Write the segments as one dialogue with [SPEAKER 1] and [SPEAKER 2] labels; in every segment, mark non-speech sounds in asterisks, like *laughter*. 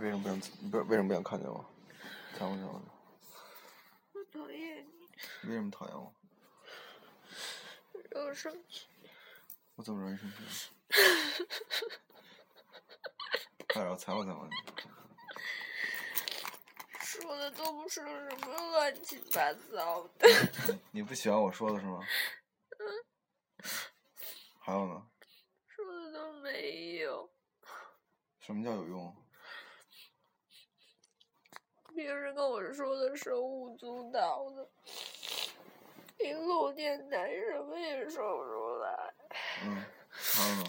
[SPEAKER 1] 为什么不想不为什么不想看见我？看我什么？
[SPEAKER 2] 我讨厌你，
[SPEAKER 1] 为什么讨厌我？
[SPEAKER 2] 让我生气。
[SPEAKER 1] 我怎么容易生气啊了？快点哎踩我踩我！
[SPEAKER 2] 说的都不是什么乱七八糟的。
[SPEAKER 1] 你不喜欢我说的是吗？还有呢？
[SPEAKER 2] 说的都没有，
[SPEAKER 1] 什么叫有用？
[SPEAKER 2] 别人跟我说的手舞足蹈的，一录电台什么也说不出来。
[SPEAKER 1] 嗯，还有呢？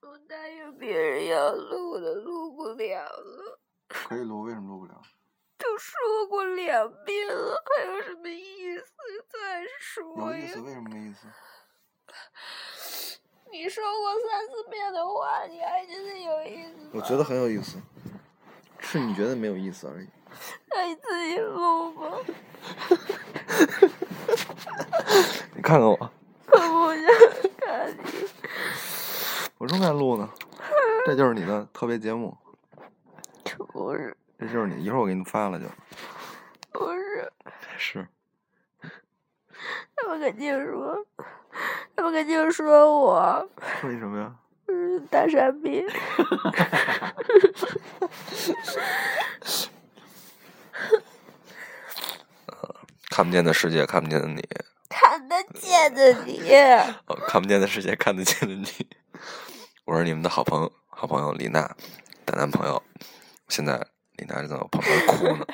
[SPEAKER 2] 我答应别人要录的，录不了了，
[SPEAKER 1] 可以录，为什么录不了？
[SPEAKER 2] 都说过两遍了，还有什么意思再说
[SPEAKER 1] 有意
[SPEAKER 2] 呀
[SPEAKER 1] 思？为什么没意思？
[SPEAKER 2] 你说过三四遍的话，你还觉得有意思吗？
[SPEAKER 1] 得很有意思，是你觉得没有意思而已。
[SPEAKER 2] 那你自己录吧，
[SPEAKER 1] 你看看我，
[SPEAKER 2] 可不想看你。
[SPEAKER 1] 我正在录呢，这就是你的特别节目，
[SPEAKER 2] 不是，
[SPEAKER 1] 这就是你，一会儿我给你发了就。
[SPEAKER 2] 不是，
[SPEAKER 1] 是，
[SPEAKER 2] 他们肯定说，他们肯定说我
[SPEAKER 1] 说你什么呀？
[SPEAKER 2] 是大傻逼。
[SPEAKER 3] 看不见的世界，看不见的你，
[SPEAKER 2] 看得见的你，
[SPEAKER 3] 哦，看不见的世界，看得见的你。我是你们的好朋友，好朋友李娜的男朋友。现在李娜正在我旁边哭呢，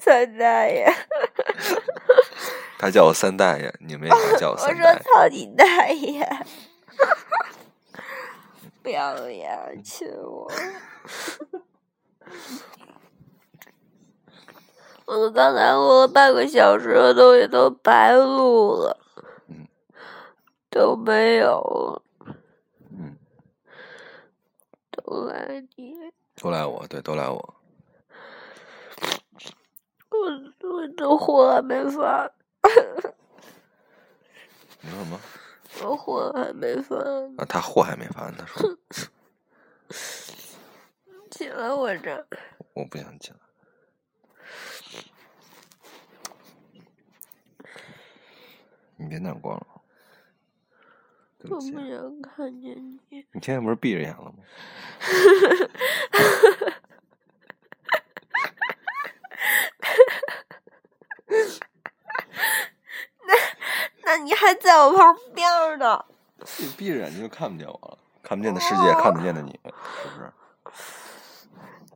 [SPEAKER 2] 操你大爷！
[SPEAKER 3] 她叫我三大爷，你们也该叫我
[SPEAKER 2] 我
[SPEAKER 3] 三
[SPEAKER 2] 说
[SPEAKER 3] 大爷。
[SPEAKER 2] 操你大爷！不要脸，亲我！我刚才录了半个小时的东西都白录了，
[SPEAKER 3] 嗯
[SPEAKER 2] 都没有了，
[SPEAKER 3] 嗯，
[SPEAKER 2] 都赖你！
[SPEAKER 3] 都赖我，对，都赖我。
[SPEAKER 2] 我我的货还没发，
[SPEAKER 3] 你说什么？
[SPEAKER 2] 我货还没发呢。
[SPEAKER 3] 啊，他货还没发呢，他
[SPEAKER 2] *laughs*
[SPEAKER 3] 说
[SPEAKER 2] 起来我这儿，
[SPEAKER 3] 我不想进来。你别那样光了，对不
[SPEAKER 2] 我不
[SPEAKER 3] 起，啊
[SPEAKER 2] 想看见你。
[SPEAKER 3] 你现在不是闭着眼了吗？
[SPEAKER 2] 那你还在我旁边呢，
[SPEAKER 3] 你闭着眼睛就看不见我了，看不见的世界，看得见的你，是不是？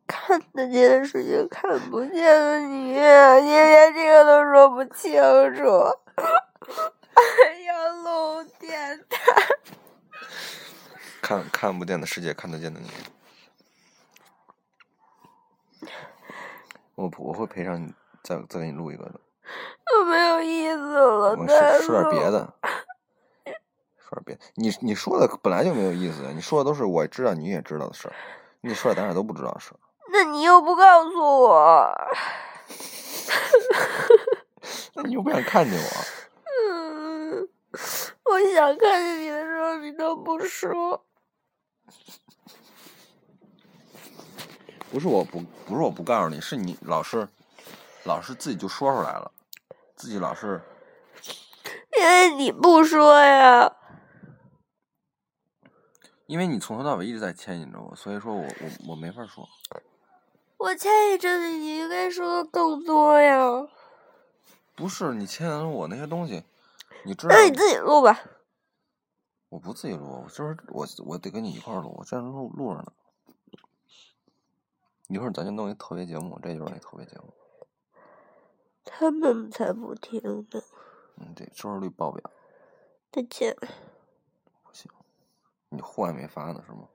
[SPEAKER 2] 看得见的世界看不见的你，你连这个都说不清楚， *laughs* 还要露电台。
[SPEAKER 3] 看看不见的世界，看得见的你。我不我会赔上你，再再给你录一个的。
[SPEAKER 2] 都没有意思了，
[SPEAKER 3] 我
[SPEAKER 2] 但
[SPEAKER 3] 说
[SPEAKER 2] 是
[SPEAKER 3] 说点别的，说点别的。你你说的本来就没有意思，你说的都是我知道你也知道的事儿，你说的咱俩都不知道的事儿。 *laughs*
[SPEAKER 2] 那你又不告诉我，
[SPEAKER 3] 那你又不想看见我，
[SPEAKER 2] 嗯，我想看见你的时候你都不说，
[SPEAKER 3] 不是我不不是我不告诉你，是你老是老是自己就说出来了，自己老是
[SPEAKER 2] 因为哎你不说呀。
[SPEAKER 3] 因为你从头到尾一直在牵引着我，所以说我我我没法说。
[SPEAKER 2] 我前一阵子你应该说的更多呀。
[SPEAKER 3] 不是你牵引我那些东西，你知道
[SPEAKER 2] 那你自己录吧。
[SPEAKER 3] 我不自己录，我就是我我得跟你一块儿录，我这样录录着呢。一会儿咱就弄一特别节目，这就是那特别节目，
[SPEAKER 2] 他们才不听呢。
[SPEAKER 3] 嗯，得收视率爆表，
[SPEAKER 2] 再见。
[SPEAKER 3] 不行。你货还没发呢是吗？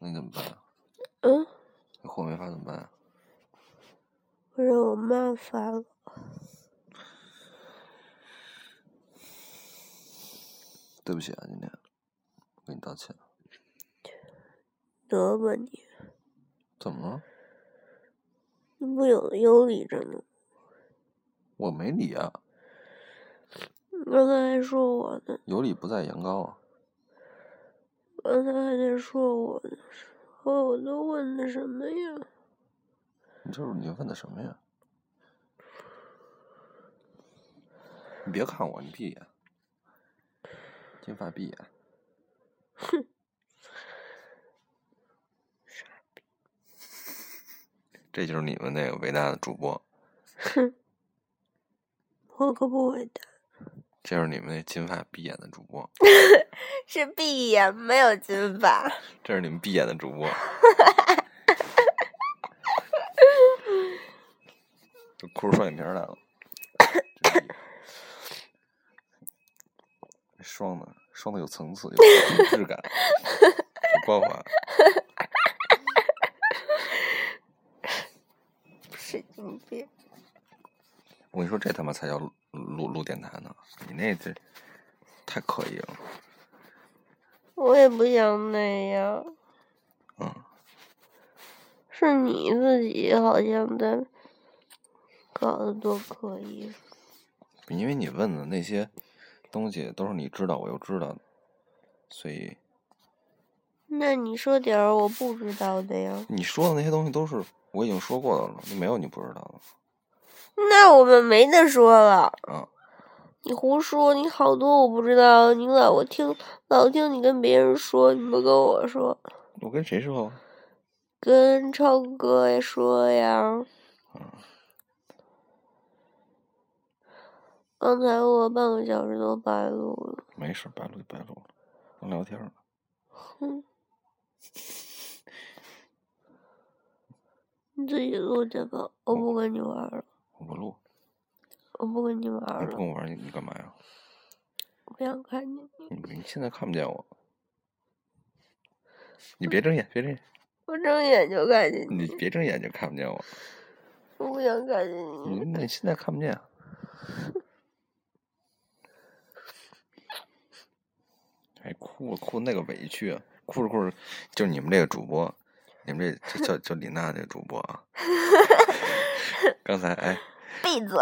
[SPEAKER 3] 那你怎么办啊？
[SPEAKER 2] 嗯，
[SPEAKER 3] 你货没发怎么办啊？
[SPEAKER 2] 我让我妈发了。
[SPEAKER 3] 对不起啊，今天我给你道歉。
[SPEAKER 2] 得吧你，
[SPEAKER 3] 怎么了？
[SPEAKER 2] 你不有有理着呢？
[SPEAKER 3] 我没理啊，
[SPEAKER 2] 你刚才还说我呢，
[SPEAKER 3] 有理不在言高啊。
[SPEAKER 2] 刚才还在说我呢，说我都问的什么呀？
[SPEAKER 3] 你这你问的什么呀？你别看我，你闭眼，金发闭眼。这就是你们那个伟大的主播，
[SPEAKER 2] 我可不伟大，
[SPEAKER 3] 这就是你们那金发闭眼的主播，
[SPEAKER 2] 是闭眼没有金发。 *laughs*
[SPEAKER 3] 这是你们闭眼的主 *laughs* 播。这哭出双眼皮儿来了，这逼双的双的有层次，有有质感，有光滑。
[SPEAKER 2] 神经病！
[SPEAKER 3] 我跟你说，这他妈才叫录录录电台呢！你那这太刻意了，
[SPEAKER 2] 我也不想那样，
[SPEAKER 3] 嗯，
[SPEAKER 2] 是你自己好像在搞得多刻意。
[SPEAKER 3] 因为你问的那些东西都是你知道，我又知道的，所以
[SPEAKER 2] 那你说点儿我不知道的呀？
[SPEAKER 3] 你说的那些东西都是我已经说过的了，没有你不知道的
[SPEAKER 2] 那我们没得说了。
[SPEAKER 3] 啊！
[SPEAKER 2] 你胡说，你好多我不知道，你老我听老听你跟别人说，你不跟我说，
[SPEAKER 3] 我跟谁说？
[SPEAKER 2] 跟超哥也说呀。刚才我半个小时都白录了，
[SPEAKER 3] 没事，白录就白录了，能聊天儿。
[SPEAKER 2] 哼，你自己录去吧，我不跟你玩了，
[SPEAKER 3] 我不录，
[SPEAKER 2] 我不跟你玩
[SPEAKER 3] 你不
[SPEAKER 2] 了，
[SPEAKER 3] 跟我玩儿，你你干嘛呀？
[SPEAKER 2] 我不想看见你，
[SPEAKER 3] 你你现在看不见我，你别睁眼，别睁眼，
[SPEAKER 2] 我睁眼就看见
[SPEAKER 3] 你
[SPEAKER 2] 你，
[SPEAKER 3] 别睁眼就看不见我。
[SPEAKER 2] 我不想看见
[SPEAKER 3] 你
[SPEAKER 2] 你，
[SPEAKER 3] 那你现在看不见啊。哎，哭了哭那个委屈啊，哭着哭着，就是你们这个主播，你们这就就就李娜这主播啊， *laughs* 刚才哎，
[SPEAKER 2] 闭嘴，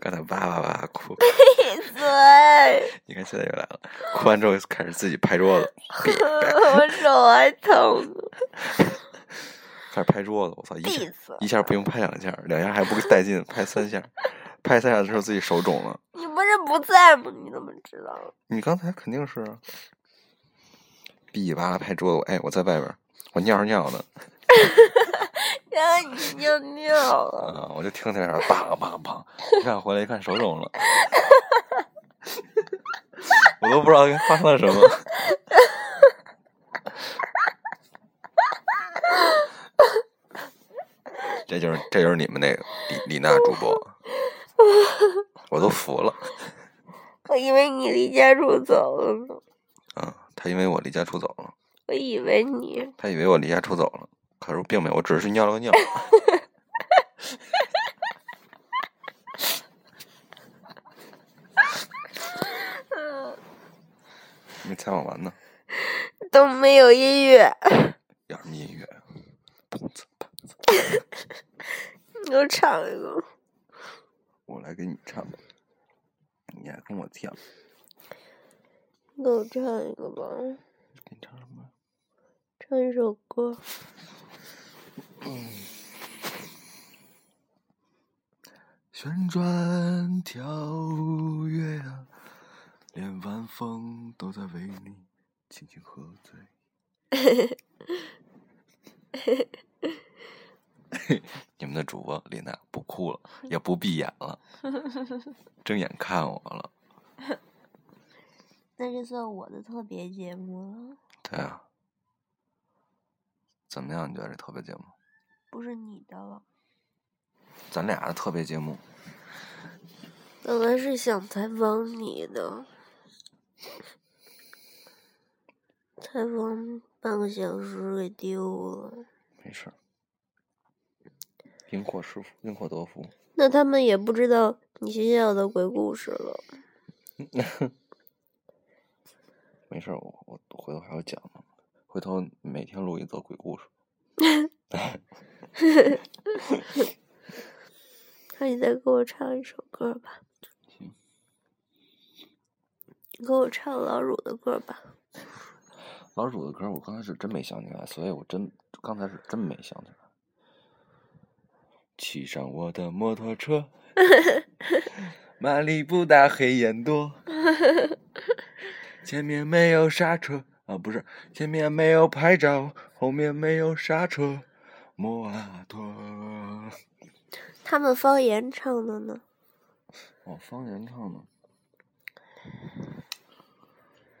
[SPEAKER 3] 刚才哇哇哇哭，
[SPEAKER 2] 闭嘴。 *laughs*
[SPEAKER 3] 你看现在又来了，哭完之后开始自己拍桌子，
[SPEAKER 2] 我手还疼。
[SPEAKER 3] 开始拍桌子，我操，一
[SPEAKER 2] 闭
[SPEAKER 3] 下
[SPEAKER 2] 嘴！
[SPEAKER 3] 一下不用拍两下，两下还不带劲，拍三下，拍三下的时候自己手肿了，
[SPEAKER 2] 你不是不在吗？你怎么知道？
[SPEAKER 3] 你刚才肯定是啊哔哩吧啦拍桌子，哎，我在外边儿，我尿着尿呢，
[SPEAKER 2] 原来你尿尿了。
[SPEAKER 3] 啊，我就听那边儿梆梆梆，一看回来一看手肿了，我都不知道该发生了什么。这就是这就是你们那个李李娜主播，我都服了
[SPEAKER 2] 我以为你离家出走了呢，
[SPEAKER 3] 啊！她因为我离家出走了。
[SPEAKER 2] 我以为你
[SPEAKER 3] 他以为我离家出走了，可是我并没有，我只是尿了个尿。没采访完呢，
[SPEAKER 2] 都没有音乐，
[SPEAKER 3] 要什么音乐啊？砰呲砰呲
[SPEAKER 2] 你给我唱一个。
[SPEAKER 3] 我来给你唱吧，你还跟我跳，
[SPEAKER 2] 你给我唱一个吧，
[SPEAKER 3] 给你唱什么？
[SPEAKER 2] 唱一首歌。
[SPEAKER 1] 旋转跳跃啊，连晚风都在为你轻轻喝醉。
[SPEAKER 3] 你们的主播李娜不哭了，也不闭眼了，睁眼看我了。
[SPEAKER 2] 那就算我的特别节目了，
[SPEAKER 3] 对啊，怎么样？你觉得这特别节目？
[SPEAKER 2] 不是你的了。
[SPEAKER 3] 咱俩的特别节目，
[SPEAKER 2] 本来是想采访你的，采访半个小时给丢了。
[SPEAKER 3] 没事儿。因祸失福，因祸得福。
[SPEAKER 2] 那他们也不知道你学校的鬼故事了。
[SPEAKER 3] 没事儿，我我回头还要讲呢。回头每天录一则鬼故事。
[SPEAKER 2] 那你再给我唱一首歌吧。你给我唱老鼠的歌吧。
[SPEAKER 3] 老鼠的歌我刚开始真没想起来，所以我真刚才是真没想起来。骑上我的摩托车，马里布大黑眼朵，前面没有刹车啊，不是，前面没有牌照，后面没有刹车，摩托。
[SPEAKER 2] 他们方言唱的呢，
[SPEAKER 3] 哦，方言唱的。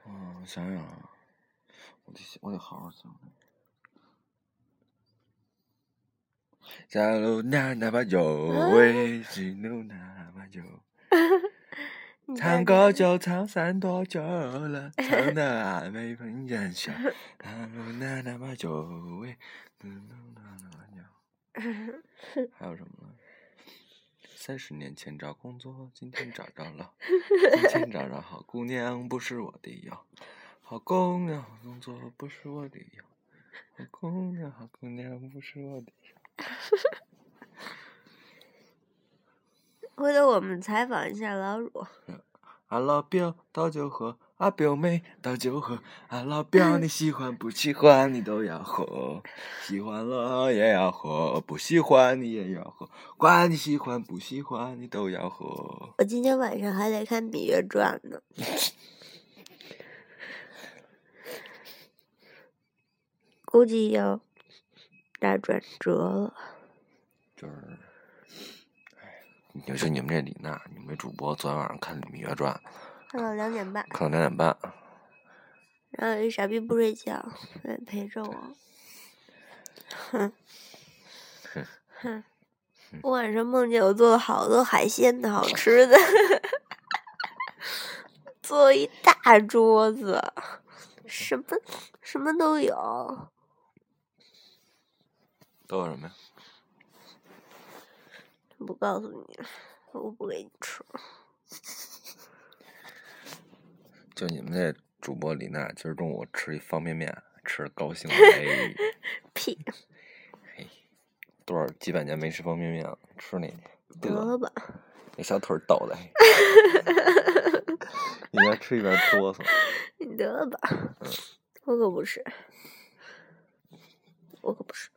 [SPEAKER 3] 嗯，我想想啊，我得我得好好想想。加入那那把酒，为喜怒那把酒，
[SPEAKER 2] 你
[SPEAKER 3] 唱
[SPEAKER 2] 看
[SPEAKER 3] 歌
[SPEAKER 2] 看
[SPEAKER 3] 就唱三多久了，唱的还没朋友笑。加入那那把酒，为喜怒那那把酒。还有什么呢？三十年前找工作，今天找着了，今天找着好姑娘不是我的哟，好姑娘好工作不是我的哟，好姑娘好姑娘不是我的哟。
[SPEAKER 2] 回头我们采访一下老鼠。
[SPEAKER 3] 阿啊老表倒酒喝，阿表妹倒酒喝，阿老表你喜欢不喜欢你都要喝，喜欢了也要喝，不喜欢你也要喝，管你喜欢不喜欢你都要喝。
[SPEAKER 2] 我今天晚上还得看《芈月传》呢。估计要大转折了。
[SPEAKER 3] 就是，哎，你说你们这李娜，你们这主播昨天晚上看《芈月传
[SPEAKER 2] 看到嗯两点半》，，
[SPEAKER 3] 看到两点半，
[SPEAKER 2] 然后有一傻逼不睡觉，还陪着我。哼，哼，我晚上梦见我做了好多海鲜的好吃的， *laughs* 做一大桌子，什么什么都有。
[SPEAKER 3] 都有什么呀？
[SPEAKER 2] 不告诉你，我不给你吃。
[SPEAKER 3] 就你们这主播李娜，今儿中午吃一方便面，吃高兴了，哎，
[SPEAKER 2] 屁，
[SPEAKER 3] 多少几百年没吃方便面了，吃那
[SPEAKER 2] 得了吧，
[SPEAKER 3] 那小腿儿抖的， *laughs* 一边吃一边哆嗦。
[SPEAKER 2] 你得了吧，我可不是，我可不是。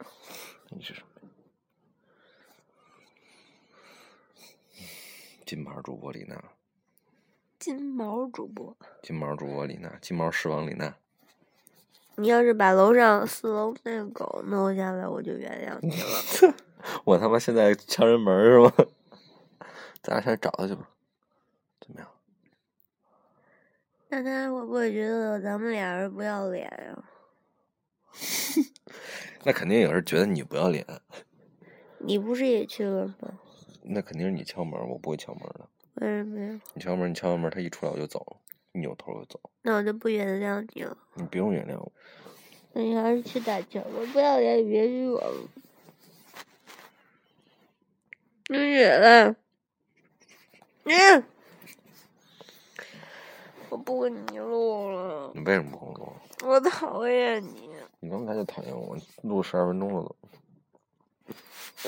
[SPEAKER 3] 你是什么呀？金牌主播李娜，
[SPEAKER 2] 金毛主播，
[SPEAKER 3] 金毛主播李娜，金毛狮王李娜。
[SPEAKER 2] 你要是把楼上四楼那个狗弄下来，我就原谅你了。
[SPEAKER 3] 我他妈现在敲人门儿是吗？ *laughs* 咱俩先找他去吧，怎么样？
[SPEAKER 2] 那他会不会觉得咱们俩人不要脸呀、
[SPEAKER 3] 那肯定也是觉得你不要脸，
[SPEAKER 2] 你不是也去了吗？
[SPEAKER 3] 那肯定是你敲门儿，我不会敲门儿的。
[SPEAKER 2] 为什么呀？
[SPEAKER 3] 你敲门儿，你敲完门儿，他一出来我就走，一扭头我就走，
[SPEAKER 2] 那我就不原谅你了。
[SPEAKER 3] 你不用原谅我。
[SPEAKER 2] 那你还是去打球吧，不要脸也别理我了。流血了，嗯，我不跟你录了，
[SPEAKER 3] 你为什么不跟我录？
[SPEAKER 2] 我讨厌你，
[SPEAKER 3] 你刚才就讨厌我，录十二分钟了都。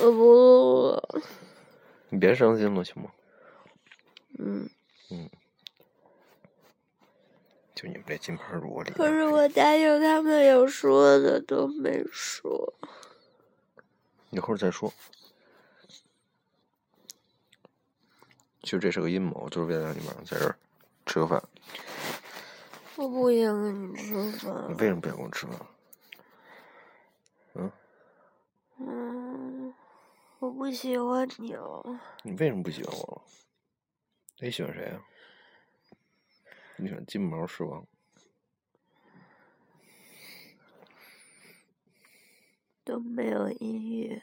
[SPEAKER 2] 我不录了。
[SPEAKER 3] 你别伤心了行吗？
[SPEAKER 2] 嗯，
[SPEAKER 3] 就你们这金牌主播李
[SPEAKER 2] 可是
[SPEAKER 3] 娜，
[SPEAKER 2] 我答应他们要说的都没说，
[SPEAKER 3] 一会儿再说。其实这是个阴谋，就是为了让你晚上在这儿吃个饭。
[SPEAKER 2] 我不想跟你吃
[SPEAKER 3] 你
[SPEAKER 2] 饭。
[SPEAKER 3] 为什么不想跟我吃饭？
[SPEAKER 2] 嗯，我不喜欢你了，
[SPEAKER 3] 你为什么不喜欢我了？那你喜欢谁啊？你喜欢金毛狮王？
[SPEAKER 2] 都没有音乐。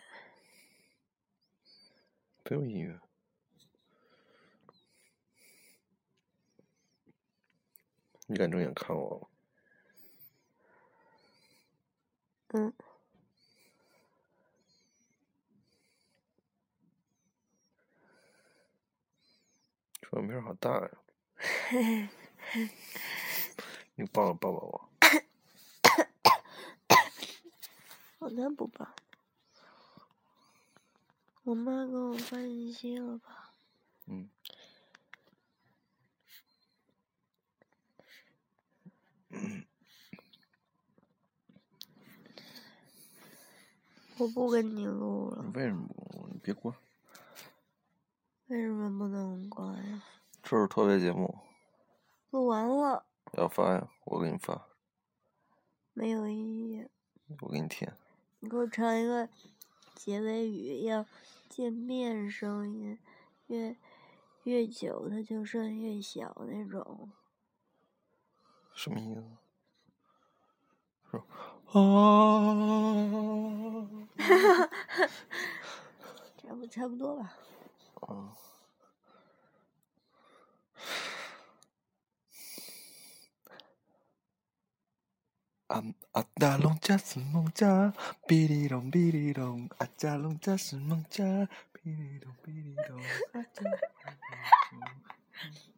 [SPEAKER 3] 不用音乐。你敢正眼看我哦吗？
[SPEAKER 2] 嗯。
[SPEAKER 3] 这照片好大呀！你抱抱抱我，
[SPEAKER 2] 我才不抱。我妈给我发信息了吧？
[SPEAKER 3] 嗯。
[SPEAKER 2] 我不跟你录了。
[SPEAKER 3] 为什么不？你别关。
[SPEAKER 2] 为什么不能关呀？
[SPEAKER 3] 这是特别节目，
[SPEAKER 2] 录完了
[SPEAKER 3] 要发呀，我给你发，
[SPEAKER 2] 没有音乐，
[SPEAKER 3] 我给你填。
[SPEAKER 2] 你给我唱一个结尾语，要渐变声音，越越久它就剩越小那种。
[SPEAKER 3] 什么意思？说啊，
[SPEAKER 2] 差不差不多吧。
[SPEAKER 3] 嗯，啊啊达隆加斯蒙加，哔哩隆哔哩隆，啊加隆加斯蒙加，哔哩隆哔哩隆，啊加隆加斯蒙加。